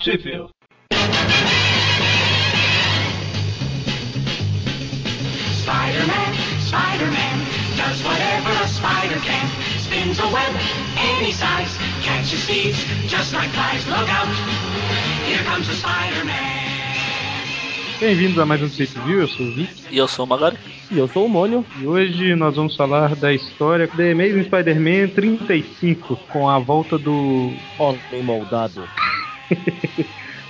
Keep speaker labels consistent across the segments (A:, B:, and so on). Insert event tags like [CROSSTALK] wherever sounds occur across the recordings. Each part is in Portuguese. A: Sheffield.
B: Spider-Man, Spider-Man, does whatever a spider can. Spins a web any size, catches thieves just like flies. Look out, here comes the Spider-Man.
C: Bem-vindos a mais um Safe View, eu sou o Vic
D: E eu sou o Magari.
E: E eu sou o Mônio.
C: e hoje nós vamos falar da história The Amazing Spider-Man 35, com a volta do,
E: Homem moldado.
C: [LAUGHS]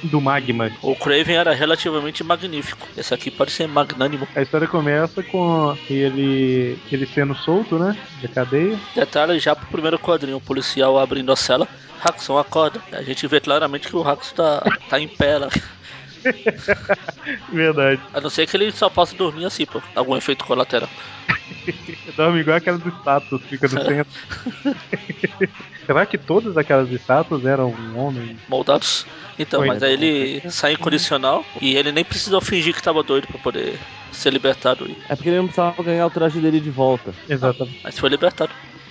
C: do Magma.
D: O Craven era relativamente magnífico. Esse aqui pode ser magnânimo.
C: A história começa com ele, ele sendo solto, né? Da cadeia.
D: Detalhe já pro primeiro quadrinho, o policial abrindo a cela, Raxon acorda. A gente vê claramente que o Raxon tá, tá em pé lá.
C: Verdade.
D: A não ser que ele só possa dormir assim, pô. Algum efeito colateral.
C: Dorme igual aquelas estátuas, fica do centro. [LAUGHS] Será que todas aquelas estátuas eram um homem?
D: Moldados. Então,
C: Pois
D: mas aí ele sai incondicional e ele nem precisou fingir que tava doido pra poder ser libertado. E-
E: É porque ele não precisava ganhar o traje dele de volta.
C: Exatamente.
D: Mas foi libertado.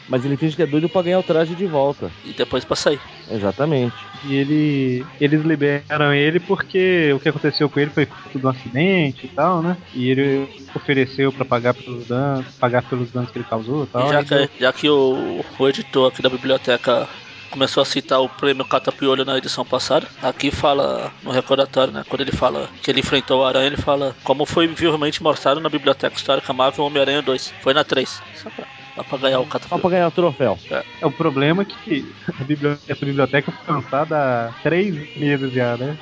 E: Mas ele finge que é doido pra ganhar o traje de volta.
D: E depois pra sair.
E: Exatamente.
C: E ele, eles liberam ele porque o que aconteceu com ele foi tudo um acidente e tal, né? E ele ofereceu pra pagar pelos danos, pagar pelos danos que ele causou e tal.
D: E já
C: Aí
D: que, já que o, o editor aqui da biblioteca começou a citar o prêmio Catapiolho na edição passada, aqui fala no recordatório, né? Quando ele fala que ele enfrentou o Aranha, ele fala como foi visivelmente mostrado na Biblioteca Histórica Marvel Homem-Aranha 2. Foi na 3. Só pra, só pra ganhar o
E: Só pra
D: Catapiolho.
E: ganhar o troféu.
C: É o problema é que a bibli- essa biblioteca foi lançada há três meses já, né?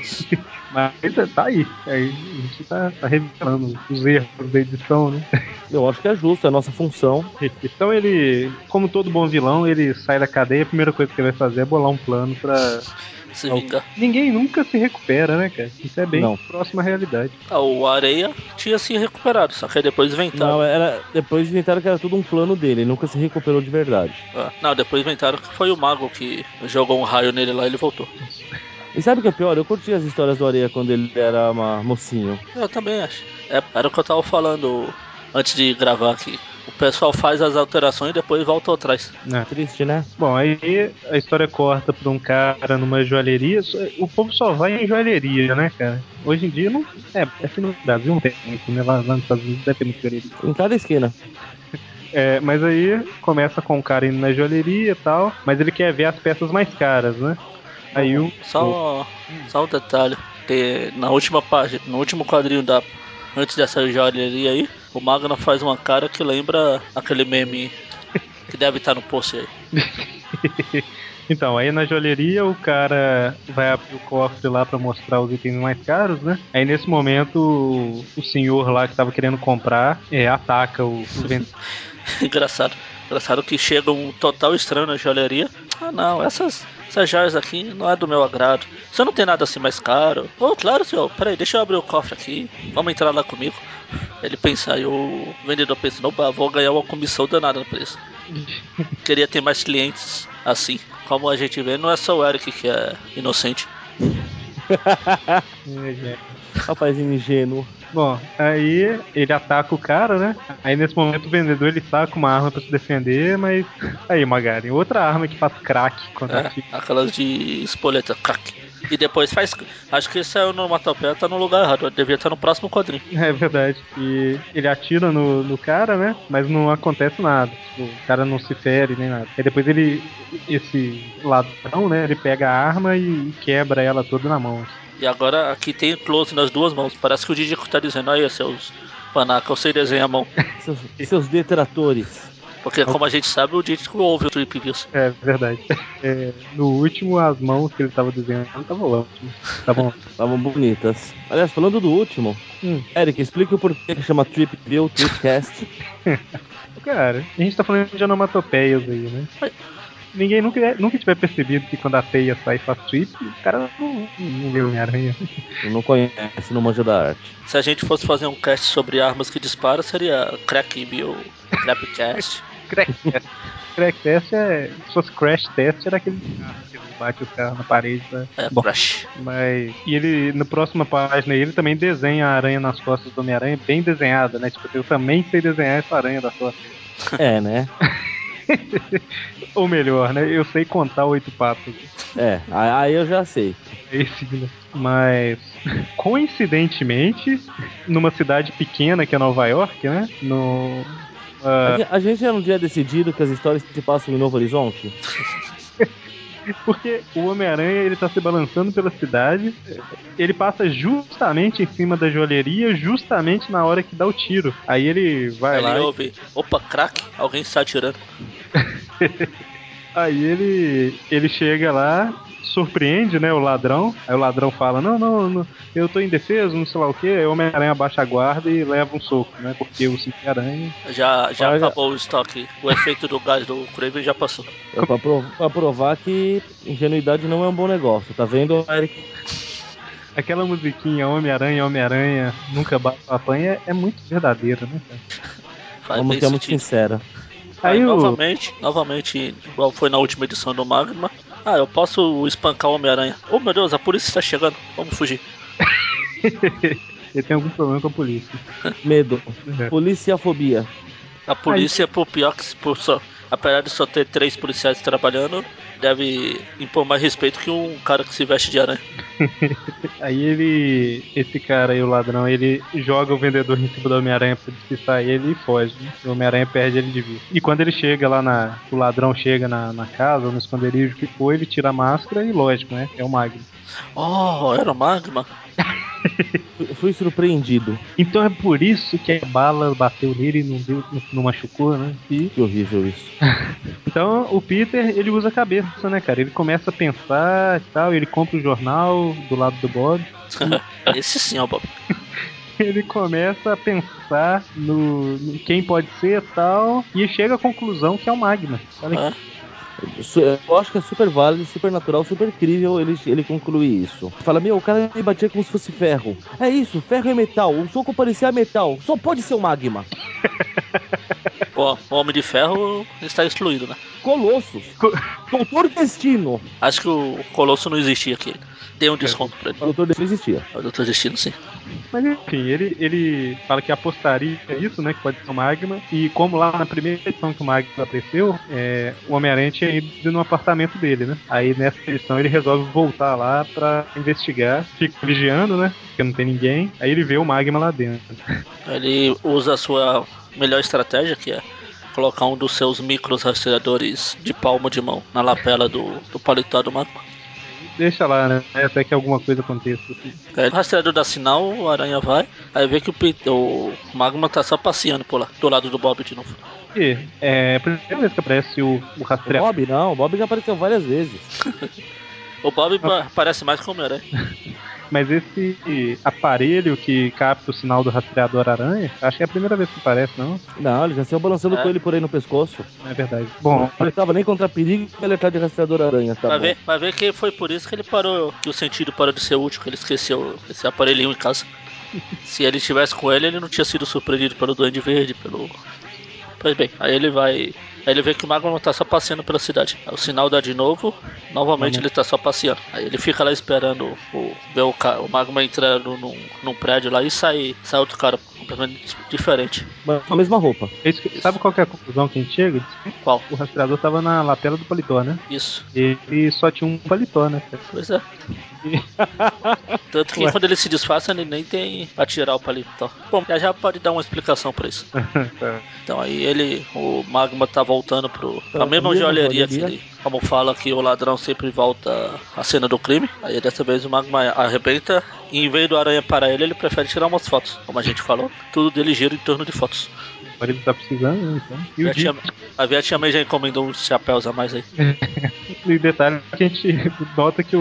C: [LAUGHS] Mas tá aí. aí a gente tá, tá revelando os erros da edição, né? [LAUGHS]
E: Eu acho que é justo, é a nossa função.
C: Então ele, como todo bom vilão, ele sai da cadeia, a primeira coisa que ele vai fazer é bolar um plano pra.
D: Se vingar.
C: Ninguém nunca se recupera, né, cara? Isso é bem
E: Não.
C: próxima à realidade.
D: Ah, o Areia tinha se recuperado, só que aí depois inventaram.
E: Não, é- era. Depois inventaram que era tudo um plano dele, ele nunca se recuperou de verdade.
D: Ah, não, depois inventaram que foi o Mago que jogou um raio nele lá e ele voltou.
E: E sabe o que é pior? Eu curti as histórias do Areia quando ele era uma mocinho.
D: Eu também acho. É, era o que eu tava falando antes de gravar aqui. O pessoal faz as alterações e depois volta atrás.
E: Triste, né?
C: É. Bom, aí a história corta pra um cara numa joalheria. Só- O povo só vai em joalheria, né, cara? Hoje em dia não. É, aqui no Brasil não tem muito, né? Lá lá nos Estados Unidos deve ter muito joalheria.
E: Em cada esquina.
C: É, mas aí começa com o cara indo na joalheria e tal, mas ele quer ver as peças mais caras, né? Aí o.
D: Só, só um detalhe. que na última página, no último quadrinho da. Antes dessa joalheria aí, o Magna faz uma cara que lembra aquele meme que deve estar no post aí.
C: Então, aí na joalheria o cara vai abrir o cofre lá pra mostrar os itens mais caros, né? Aí nesse momento o- o senhor lá que tava querendo comprar é, ataca o, o vendedor.
D: [LAUGHS] Engraçado. Engraçado que chega um total estranho na joalheria. Ah não, essas, essas joias aqui não é do meu agrado. Você não tem nada assim mais caro? Oh, claro senhor, peraí, deixa eu abrir o cofre aqui. Vamos entrar lá comigo. Ele pensa, e o vendedor pensa, opa, vou ganhar uma comissão danada no preço. Queria ter mais clientes assim. Como a gente vê, não é só o Eric que é inocente.
C: É, é.
E: Rapazinho ingênuo.
C: Bom, aí ele ataca o cara, né? Aí nesse momento o vendedor ele saca uma arma pra se defender, mas. Aí, Magari, outra arma que faz crack contra
D: É,
C: ti.
D: aquelas de espoleta, crack. E depois faz. Acho que isso é onomatopeia, tá no lugar errado. Devia estar no próximo quadrinho.
C: É verdade. E ele atira no, no cara, né? Mas não acontece nada. Tipo, o cara não se fere nem nada. Aí depois ele. Esse ladrão, né? Ele pega a arma e quebra ela toda na mão.
D: E agora aqui tem close nas duas mãos. Parece que o Didico tá dizendo, aí seus panaca, eu sei desenhar a mão.
E: Seus, seus detratores.
D: Porque como a gente sabe, o Didico ouve o Trip Views.
C: É verdade. [LAUGHS] É, no último, as mãos que ele tava desenhando estavam ótimas. Tá bom.
E: Estavam bonitas. Aliás, falando do último,
C: Hum.
E: Eric, explica o porquê que chama Trip View, Tripcast.
C: Cara, a gente tá falando de onomatopeias aí, né? Ninguém nunca, nunca tiver percebido que quando a teia sai e faz trip, o cara não, não viu Homem-Aranha.
E: não conhece, não manja da arte.
D: Se a gente fosse fazer um cast sobre armas que disparam, seria Crack View, Trapcast.
C: Crack test. Crack test é. Se fosse crash test, era aquele carro que eles batem o carro na parede. Né?
D: É,
C: Bom.
D: Crash.
C: Mas. E ele, na próxima página, ele também desenha a aranha nas costas do Homem-Aranha, bem desenhada, né? Tipo, eu também sei desenhar essa aranha da sua
E: É, né?
C: Ou melhor, né? Eu sei contar oito patas.
E: É, a- aí eu já sei.
C: Esse, né? Mas, [LAUGHS] coincidentemente, numa cidade pequena que é Nova York, né? No.
E: A
C: ah,
E: gen- A gente já não tinha decidido que as histórias se passam em Novo Horizonte?
C: porque o Homem-Aranha ele tá se balançando pela cidade, ele passa justamente em cima da joalheria, justamente na hora que dá o tiro. Aí ele vai
D: Aí
C: lá.
D: ele
C: e-
D: ouve, opa, crack, alguém está atirando.
C: Aí ele ele chega lá, surpreende, né, o ladrão. Aí o ladrão fala: "Não, não, não, eu tô indefeso, não sei lá o quê". Aí o Homem-Aranha baixa a guarda e leva um soco, né? Porque o Cinco Aranha
D: Já, já
E: Olha.
D: acabou o estoque. O efeito do gás do Kraven já passou.
E: É pra, pro- pra provar que ingenuidade não é um bom negócio, tá vendo, Eric?
C: Aquela musiquinha Homem-Aranha, Homem-Aranha, nunca bate ou apanha é muito verdadeira, né, cara?
D: Faz
E: Uma
D: bem
E: música muito
D: sentido.
E: sincera.
C: Aí
D: Aí,
C: o-
D: novamente, novamente, igual foi na última edição do Magma. Ah, eu posso espancar o Homem-Aranha. Oh meu Deus, a polícia está chegando, vamos fugir.
C: Ele tem algum problema com a polícia.
E: Medo.
C: É.
E: Policiafobia.
D: A polícia, por pior que por só, apesar de só ter três policiais trabalhando, deve impor mais respeito que um cara que se veste de aranha.
C: Aí ele. Esse cara aí, o ladrão, ele joga o vendedor em cima do Homem-Aranha pra despistar ele e foge. né? O Homem-Aranha perde ele de vista. E quando ele chega lá na. O ladrão chega na, na casa, no esconderijo que foi, ele tira a máscara e lógico, né? É o Magno.
D: Oh, era o Magma?
E: Fui- Fui surpreendido.
C: Então é por isso que a bala bateu nele e não, deu, não, não machucou, né? E
E: Que horrível isso.
C: Então o Peter ele usa a cabeça, né, cara? Ele começa a pensar e tal, ele compra o jornal do lado do Bob,
D: [LAUGHS] Esse sim é o Bob.
C: ele começa a pensar no, no quem pode ser e tal, e chega à conclusão que é o Magma. Olha
D: Ah,
E: Su- Eu acho que é super válido, super natural, super crível ele, ele concluir isso. Fala, meu, o cara me batia como se fosse ferro. É isso, ferro é metal. O soco parecia metal. Só pode ser o magma.
D: ó, o Homem de Ferro está excluído, né?
E: Colossos.
C: Co-
E: Doutor Destino.
D: Acho que o Colosso não existia aqui. Dei um desconto pra ele.
E: Doutor Destino existia.
D: O Doutor Destino, sim.
C: Mas enfim, ele, ele fala que apostaria nisso, né? Que pode ser o Magma. E como lá na primeira edição que o Magma apareceu, é, o Homem-Aranha tinha ido no apartamento dele, né? Aí nessa edição ele resolve voltar lá pra investigar. Fica vigiando, né? Porque não tem ninguém. Aí ele vê o Magma lá dentro.
D: Ele usa a sua melhor estratégia, que é colocar um dos seus micros rastreadores de palma de mão na lapela do, do paletó do Magma.
C: Deixa lá, né? Até que alguma coisa aconteça. assim.
D: Aí o rastreador dá sinal, o aranha vai, aí vê que o, Pe- o Magma tá só passeando por lá, do lado do Bob de novo.
C: E é a primeira vez que aparece o, o
E: O
C: rastreador.
E: Bob não, o Bob já apareceu várias vezes.
D: O Bob pa- parece mais como aranha.
C: Mas esse aparelho que capta o sinal do rastreador aranha, acho que é a primeira vez que aparece, não?
E: Não, ele já saiu balançando
D: É.
E: com ele por aí no pescoço.
C: Não é verdade. Bom,
E: Não tava nem contra perigo que ele tá de rastreador aranha, tá
D: vai,
E: bom.
D: ver, vai ver que foi por isso que ele parou, que o sentido parou de ser útil, que ele esqueceu esse aparelhinho em
E: [LAUGHS]
D: casa. Se ele estivesse com ele, ele não tinha sido surpreendido pelo Duende Verde, pelo. Pois bem, aí ele vai. Aí ele vê que o Magma tá só passeando pela cidade. Aí o sinal dá de novo,
E: Uhum.
D: novamente ele tá só passeando. Aí ele fica lá esperando o, ver o, ca- o Magma entrar no- num, num prédio lá e sair. Sai outro cara completamente diferente.
E: Mas com a mesma roupa.
C: é isso que- sabe qual que é a conclusão que a gente chega?
D: Qual?
C: O rastreador tava na lapela do paletó, né?
D: Isso.
C: Ele só tinha um paletó, né? [LAUGHS] cara?
D: Pois é. Tanto que
C: Ué.
D: quando ele se disfarça, ele nem tem pra tirar o paletó. Bom, já já pode dar uma explicação pra isso. Então aí ele, o Magma tá voltando pro. A
E: Pra
D: mesma
E: mesma
D: joalheria que
E: joalheria.
D: ele. Como fala que o ladrão sempre volta à cena do crime. Aí dessa vez o Magma arrebenta. E em vez do aranha parar ele, ele prefere tirar umas fotos. Como a gente falou, tudo dele gira em torno de fotos.
C: Agora ele tá precisando, né? Então. E
D: E
C: o
D: a, tia,
C: dia,
D: a minha tia May já encomendou uns chapéus a mais aí.
C: e detalhe que a gente [LAUGHS] nota que o,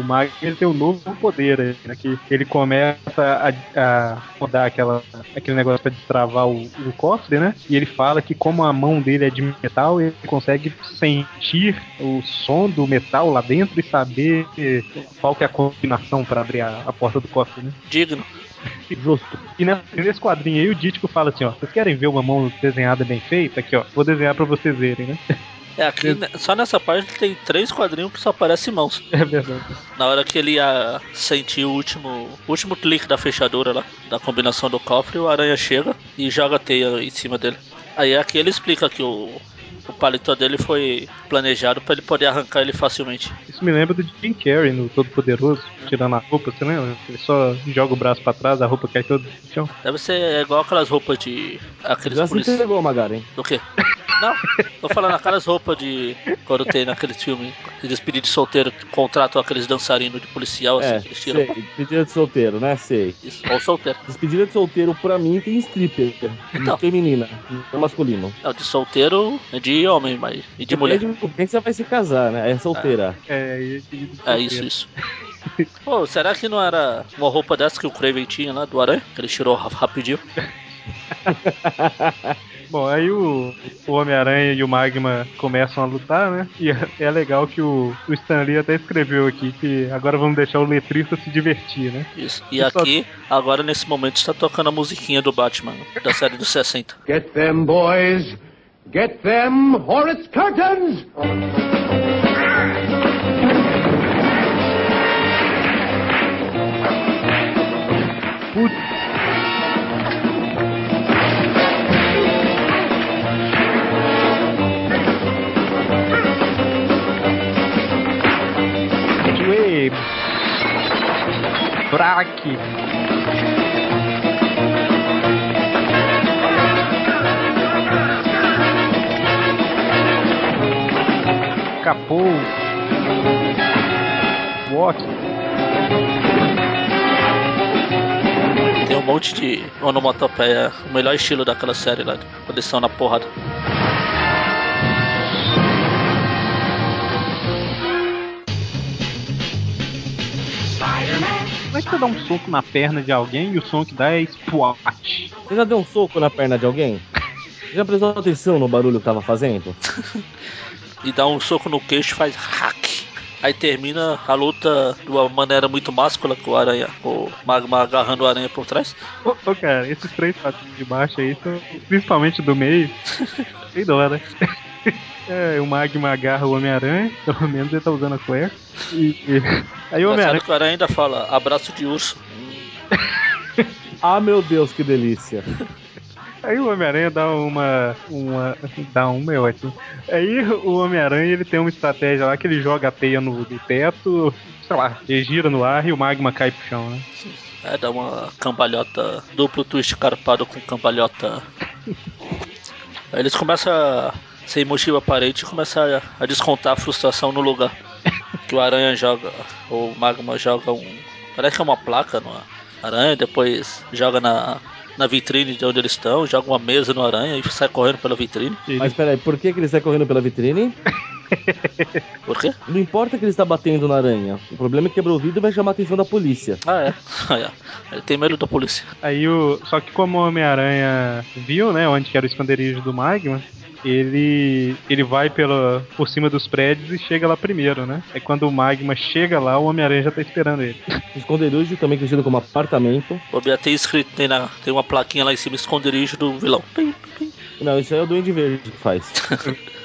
C: o Mag ele tem um novo poder aí, né? Que ele começa a, a rodar aquela, aquele negócio pra destravar o, o cofre, né? E ele fala que como a mão dele é de metal, ele consegue sentir o som do metal lá dentro e saber qual que é a combinação pra abrir a, a porta do cofre, né?
D: Digno.
E: Justo.
C: E nessa- nesse quadrinho aí o Dítico fala assim, ó, vocês querem ver uma mão desenhada bem feita? Aqui, ó, vou desenhar pra vocês verem, né? [LAUGHS]
D: É, aqui, né, só nessa página tem três quadrinhos que só aparecem mãos.
C: É verdade.
D: Na hora que ele ia sentir o último, o último clique da fechadura lá, da combinação do cofre, o aranha chega e joga a teia em cima dele. Aí aqui ele explica que o, o paletó dele foi planejado pra ele poder arrancar ele facilmente.
C: Isso me lembra do Jim Carrey no Todo Poderoso, tirando a roupa, você lembra? Ele só joga o braço pra trás, a roupa cai toda no chão.
D: Deve ser é igual aquelas roupas de. aqueles
E: Já se
D: policiais.
E: entregou, Magaren.
D: Do quê? Não, tô falando aquelas roupas de. Quando tem naqueles filmes de despedida de solteiro que contratam aqueles dançarinos de policial, assim,
E: É,
D: que eles tiram.
E: sei. Despedida de solteiro, né? Sei.
D: Isso, ou solteiro.
E: Despedida de solteiro, pra mim, tem stripper.
D: Então.
E: Feminina, não masculino.
D: Não, de solteiro é de homem, mas. E de mulher. Ah.
E: Depende com quem você vai se casar, né? É solteira.
C: É, e ele-
D: É isso, isso. Pô, será que não era uma roupa dessa que o Craven tinha lá do Aranha? Que ele tirou ra- rapidinho.
C: Bom, aí o, o Homem-Aranha e o Magma começam a lutar, né? E é- é legal que o, o Stan Lee até escreveu aqui que agora vamos deixar o letrista se divertir, né?
D: Isso. E aqui, agora nesse momento, está tocando a musiquinha do Batman, da série dos 60.
A: Get them, boys. Get them, or it's curtains.
C: Wave! Fraque! Capou! Walk!
D: Tem um monte de onomatopeia, o melhor estilo daquela série lá, quando eles são na porrada.
B: Spider-Man,
C: Como é que você dá um soco na perna de alguém e o som que dá é squat?
E: Você já deu um soco na perna
D: [LAUGHS]
E: de alguém? Já prestou atenção no barulho que tava fazendo?
D: E dá um soco no queixo e faz hack. Aí termina a luta de uma maneira muito máscula com o aranha, com o magma agarrando o aranha por trás.
C: Ô, ô, cara, esses três fatinhos de baixo aí, são, principalmente do meio, sem dó, né? [LAUGHS] É, o Magma agarra o Homem-Aranha, pelo menos ele tá usando a cueca. E, e- [LAUGHS] Aí o
D: Engraçado
C: Homem-Aranha.
D: que o aranha ainda fala abraço de urso.
E: Ah, meu Deus, que delícia.
C: Aí o Homem-Aranha dá uma. uma. dá uma, é ótimo. Aí o Homem-Aranha ele tem uma estratégia lá que ele joga a teia no, no teto, sei lá, ele gira no ar e o magma cai pro chão, né?
D: É, dá uma cambalhota, duplo twist carpado com cambalhota. Aí eles começam a, sem motivo aparente, e começam a, a descontar a frustração no lugar. Que o aranha joga, ou o magma joga um. Parece que é uma placa no aranha, depois joga na, na vitrine de onde eles estão, joga uma mesa no aranha e sai correndo pela vitrine.
C: E
E: Mas peraí, por que, que ele sai correndo pela vitrine?
D: Por quê?
E: Não importa que ele está batendo na aranha. O problema é que quebrou o vidro e vai chamar a atenção da polícia.
D: Ah, é. [LAUGHS] Ah, é. Ele tem medo da polícia.
C: Aí o. Só que como o Homem-Aranha viu, né, onde que era o esconderijo do Magma, ele. ele vai pela, por cima dos prédios e chega lá primeiro, né? Aí quando o Magma chega lá, o Homem-Aranha já tá esperando ele.
E: O esconderijo, também conhecido como apartamento.
D: O tem escrito, tem, na, tem uma plaquinha lá em cima, esconderijo do vilão. Pim, pim.
E: Não, isso aí é o Duende Verde
D: [LAUGHS]
E: que faz.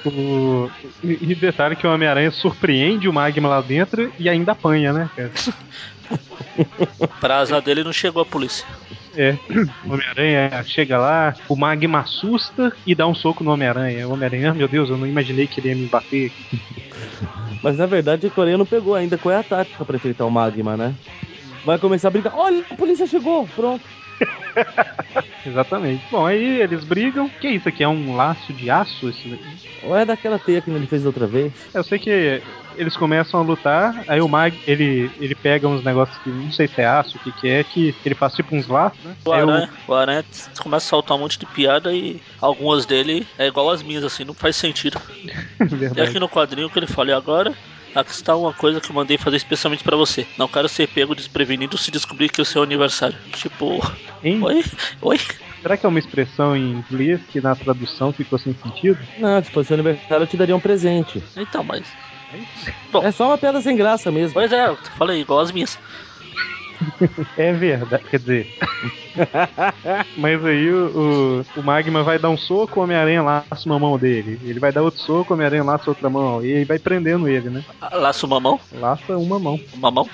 C: O... E e detalhe que o Homem-Aranha surpreende o Magma lá dentro e ainda apanha, né, cara?
D: Pra asa dele não chegou a polícia.
C: É. O Homem-Aranha chega lá, o Magma assusta e dá um soco no Homem-Aranha. O Homem-Aranha, "Ah, meu Deus, eu não imaginei que ele ia me bater.
E: Mas na verdade a Coreia não pegou ainda qual é a tática pra enfrentar o magma, né? Vai começar a brigar. Olha, a polícia chegou! Pronto.
C: Exatamente. Bom, aí eles brigam. Que isso aqui? É um laço de aço? Isso daqui?
E: Ou é daquela teia que ele fez outra vez?
C: Eu sei que eles começam a lutar, aí o Mag, ele, ele pega uns negócios que não sei se é aço, o que, que é, que ele faz tipo uns laços, né?
D: O
C: Aí o- [LAUGHS]
D: aranha, ah, o aranha t- começa a soltar um monte de piada e algumas dele é igual as minhas, assim, não faz sentido. E
C: É Verdade.
D: aqui no quadrinho que ele fala, e agora aqui está uma coisa que eu mandei fazer especialmente pra você. Não quero ser pego desprevenido se descobrir que é o seu aniversário. Tipo,
C: Hein?
D: oi? Oi?
C: Será que é uma expressão em inglês que na tradução ficou sem sentido?
E: Não, se fosse seu aniversário eu te daria um presente.
D: Então, mas.
E: É só uma piada sem graça mesmo.
D: Pois é, eu falei, igual as minhas.
C: É verdade, quer dizer. [LAUGHS] Mas aí o, o, o Magma vai dar um soco, o Homem-Aranha laça uma mão dele. Ele vai dar outro soco, o Homem-Aranha laça outra mão. E aí vai prendendo ele, né?
D: Ah, Laço o mamão.
C: Laça uma mão.
D: o Mamão.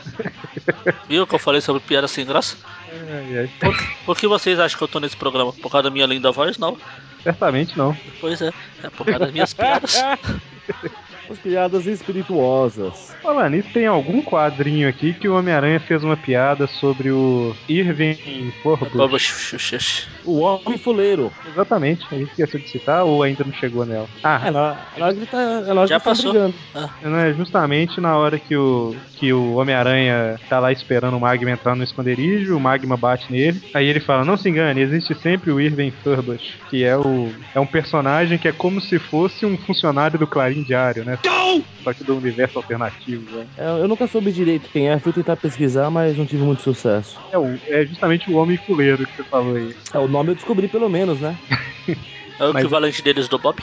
D: Viu que eu falei sobre piada sem graça?
C: Ai, ai.
D: Por, por que vocês acham que eu tô nesse programa? Por causa da minha linda voz? Não.
C: [LAUGHS] Certamente não.
D: Pois é, é por causa das minhas piadas.
E: As piadas espirituosas.
C: Falando nisso, tem algum quadrinho aqui que o Homem-Aranha fez uma piada sobre o Irving Forbes.
D: Bobo Xuxas.
E: O homem fuleiro.
C: Exatamente, a gente esqueceu de citar ou ainda não chegou nela. Ah,
E: Ela, ela, grita, ela
D: Já
E: grita
D: passou.
E: brigando.
C: né, justamente na hora que o, que o Homem-Aranha tá lá esperando o Magma entrar no esconderijo, o Magma bate nele. Aí ele fala: Não se engane, existe sempre o Irving Furbush, que é, o, é um personagem que é como se fosse um funcionário do Clarim Diário, né? Só que do universo alternativo. Né?
E: É, Eu nunca soube direito quem é, fui tentar pesquisar, mas não tive muito sucesso.
C: É, o- é justamente o Homem Fuleiro que você falou aí.
E: É, o nome eu descobri pelo menos, né?
D: É o
C: Mas-
D: equivalente deles do
E: [LAUGHS]
D: Bob.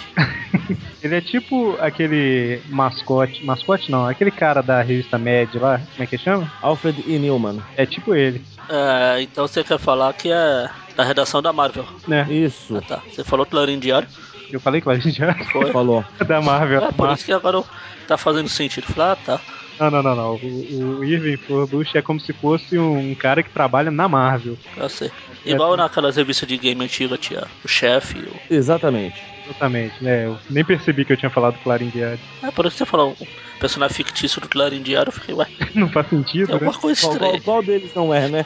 C: Ele é tipo aquele mascote. Mascote não, aquele cara da revista Mad lá, como é que chama?
E: Alfred E. Newman.
C: É tipo ele,
D: É, então você quer falar que é da redação da Marvel.
C: né?
E: Isso,
D: Ah tá, você falou Clarim Diário.
C: Eu falei que já [LAUGHS]
D: Foi.
E: falou.
C: da Marvel.
D: É, por isso que agora tá fazendo sentido. Falar, ah tá.
C: Não, não, não, não. O, o Irving Forbush é como se fosse um cara que trabalha na Marvel.
D: Eu sei.
E: É.
D: Igual naquelas revistas de game antiga tinha o chefe. O...
E: Exatamente.
C: Exatamente, né? Eu nem percebi que eu tinha falado Clarim Diário.
D: É por isso que você falou um personagem fictício do Clarim Diário. Eu fiquei, ué,
C: [LAUGHS] Não faz sentido, né?
D: tem alguma coisa
E: Tipo, Qual,
D: estranha.
E: qual-
D: aí.
E: qual deles não é, né?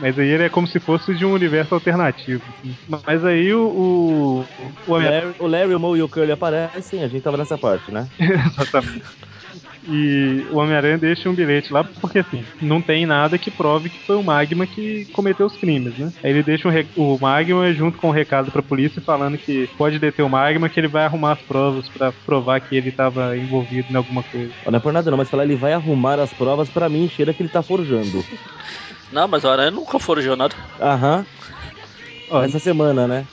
C: Mas aí ele é como se fosse de um universo alternativo. assim. Mas aí o. O, o
E: O
C: Homem-
E: Larry, o Larry, o Moe e o Curly aparecem, a gente tava nessa parte, né?
C: Exatamente. E o Homem-Aranha deixa um bilhete lá, porque assim, não tem nada que prove que foi o Magma que cometeu os crimes, né? Aí ele deixa um re- o Magma junto com um recado pra polícia falando que pode deter o Magma, que ele vai arrumar as provas pra provar que ele tava envolvido em alguma coisa.
E: Não é por nada não, mas falar ele vai arrumar as provas pra mim, cheira que ele tá forjando.
D: Não, mas o Aranha nunca forjou nada.
E: Aham,
C: Ó,
E: essa semana, né?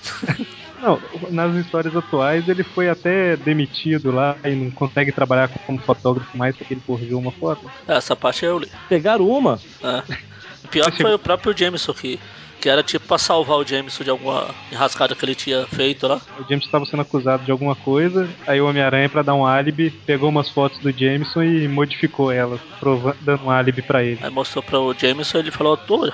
C: não, nas histórias atuais ele foi até demitido lá e não consegue trabalhar como fotógrafo mais porque ele forjou uma foto.
D: É, Essa parte eu li.
E: Pegaram uma?
D: É. O pior foi o próprio Jameson que, que era tipo pra salvar o Jameson de alguma enrascada que ele tinha feito lá.
C: O Jameson estava sendo acusado de alguma coisa, aí o Homem-Aranha, pra dar um álibi, pegou umas fotos do Jameson e modificou elas, prova- dando um álibi pra ele.
D: Aí mostrou para o Jameson ele falou, "Tô,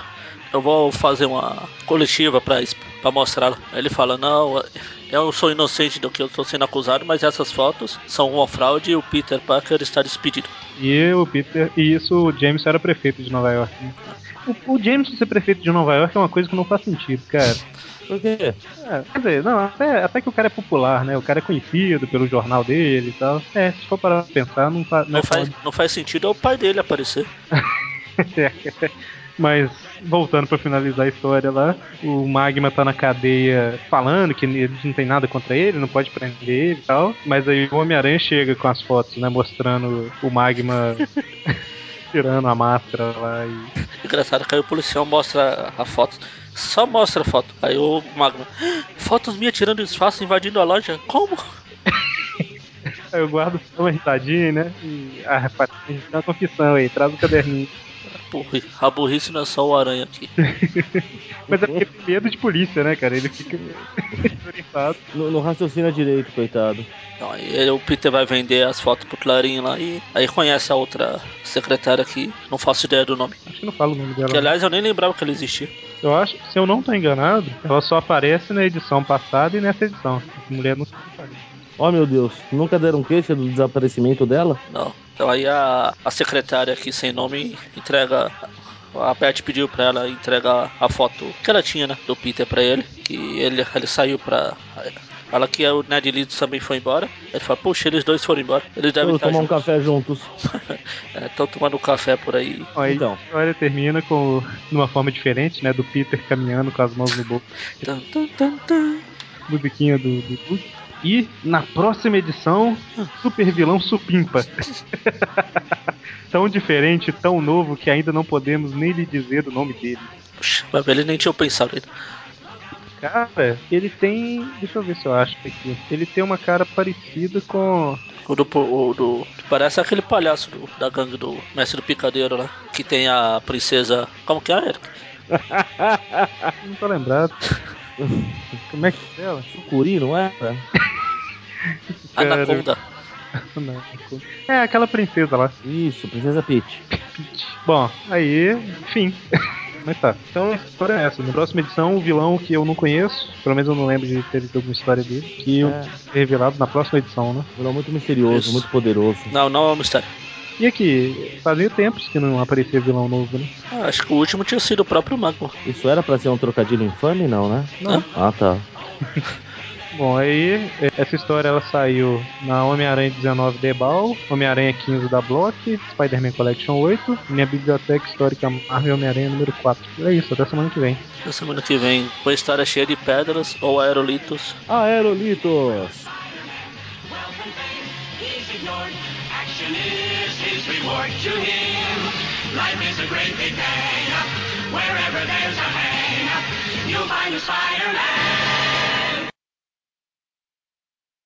D: eu vou fazer uma coletiva pra es- pra mostrar. Aí ele fala, não, eu sou inocente do que eu estou sendo acusado, mas essas fotos são uma fraude e o Peter Parker está despedido.
C: E o Peter, e isso o Jameson era prefeito de Nova York. né? O, o Jameson ser prefeito de Nova York é uma coisa que não faz sentido, cara.
E: Por quê?
C: É, quer dizer, não, até, até que o cara é popular, né? O cara é conhecido pelo jornal dele e tal. É, se for parar pra pensar, não, fa,
D: Não
C: é
D: faz, não faz sentido é o pai dele aparecer.
C: [LAUGHS] Mas voltando pra finalizar a história lá, o Magma tá na cadeia falando que eles não tem nada contra ele, não pode prender ele e tal. Mas aí o Homem-Aranha chega com as fotos, né? Mostrando o Magma [LAUGHS] tirando a máscara lá e.
D: Engraçado que aí o policial mostra a foto, só mostra a foto. Aí o Magma, fotos minhas tirando disfarce, invadindo a loja, como? [LAUGHS]
C: Aí o guarda dá uma risadinha, né? E. Ah, rapaz, tem uma confissão aí, traz o caderninho.
D: Porra, a burrice não é só o aranha aqui.
C: Mas é porque ele tem medo de polícia, né, cara? Ele fica [LAUGHS] desorientado.
E: Não, não raciocina direito, coitado.
D: Então, aí ele- o Peter vai vender as fotos pro Clarinho lá e aí conhece a outra secretária aqui, não faço ideia do nome.
C: Acho que não fala o nome dela.
D: Que aliás eu nem lembrava que ela existia.
C: Eu acho, se eu não tô enganado, ela só aparece na edição passada e nessa edição. Essa mulher não aparece.
E: Oh meu Deus, nunca deram queixa do desaparecimento dela?
D: Não. Então aí a, a secretária aqui sem nome entrega. A Beth pediu pra ela entregar a foto que ela tinha, né? Do Peter pra ele. Que ele, ele saiu pra. Fala que é o Ned Leeds também foi embora. Ele fala, puxa, eles dois foram embora. Eles devem tá
E: Vamos
D: estar
E: tomar um
D: juntos.
E: café juntos.
D: [LAUGHS] Estão tomando café por aí.
C: Ó, aí
E: Então.
C: a história termina com numa forma diferente, né? Do Peter caminhando com as mãos no bolso,
D: Tan, tan, tan, tan.
C: musiquinha do, do Hulk. E na próxima edição, Super Vilão Supimpa. [LAUGHS] tão diferente, tão novo que ainda não podemos nem lhe dizer o nome dele.
D: Puxa, mas ele nem tinha pensado. ainda.
C: Cara, ele tem. Deixa eu ver se eu acho aqui. Ele tem uma cara parecida com.
D: O do, o do- parece aquele palhaço do- da gangue do mestre do picadeiro lá. Que tem a princesa. Como que é, Eric?
C: Não tô lembrado. Como é que é ela?
E: Sucuri, não é?
D: Anaconda.
C: Não. É aquela princesa lá.
E: Isso, Princesa Peach.
C: Bom, aí, fim. [LAUGHS] Mas tá. Então a história é essa. Na próxima edição, o vilão que eu não conheço, pelo menos eu não lembro de ter alguma história dele, que
E: É.
C: vai ser revelado na próxima edição, né?
E: Um vilão muito misterioso,
D: Isso.
E: muito poderoso.
D: Não, não é um mistério.
C: E aqui, fazia tempos que não aparecia vilão novo, né?
D: Ah, acho que o último tinha sido o próprio Mago.
E: Isso era pra ser um trocadilho infame, não, né?
D: Não.
E: Ah, tá.
C: Bom, aí eh, essa história ela saiu na Homem-Aranha 19 Debal, Homem-Aranha 15 da Block, Spider-Man Collection 8, minha biblioteca histórica Marvel Homem-Aranha número 4. É isso, até semana que vem.
D: Na semana que vem, uma história cheia de pedras ou aerolitos.
E: Aerolitos!
B: Welcome fame, he's ignored. Action is his reward to him. Life is a great big bang up. Wherever there's a hang up, you'll find a Spider-Man.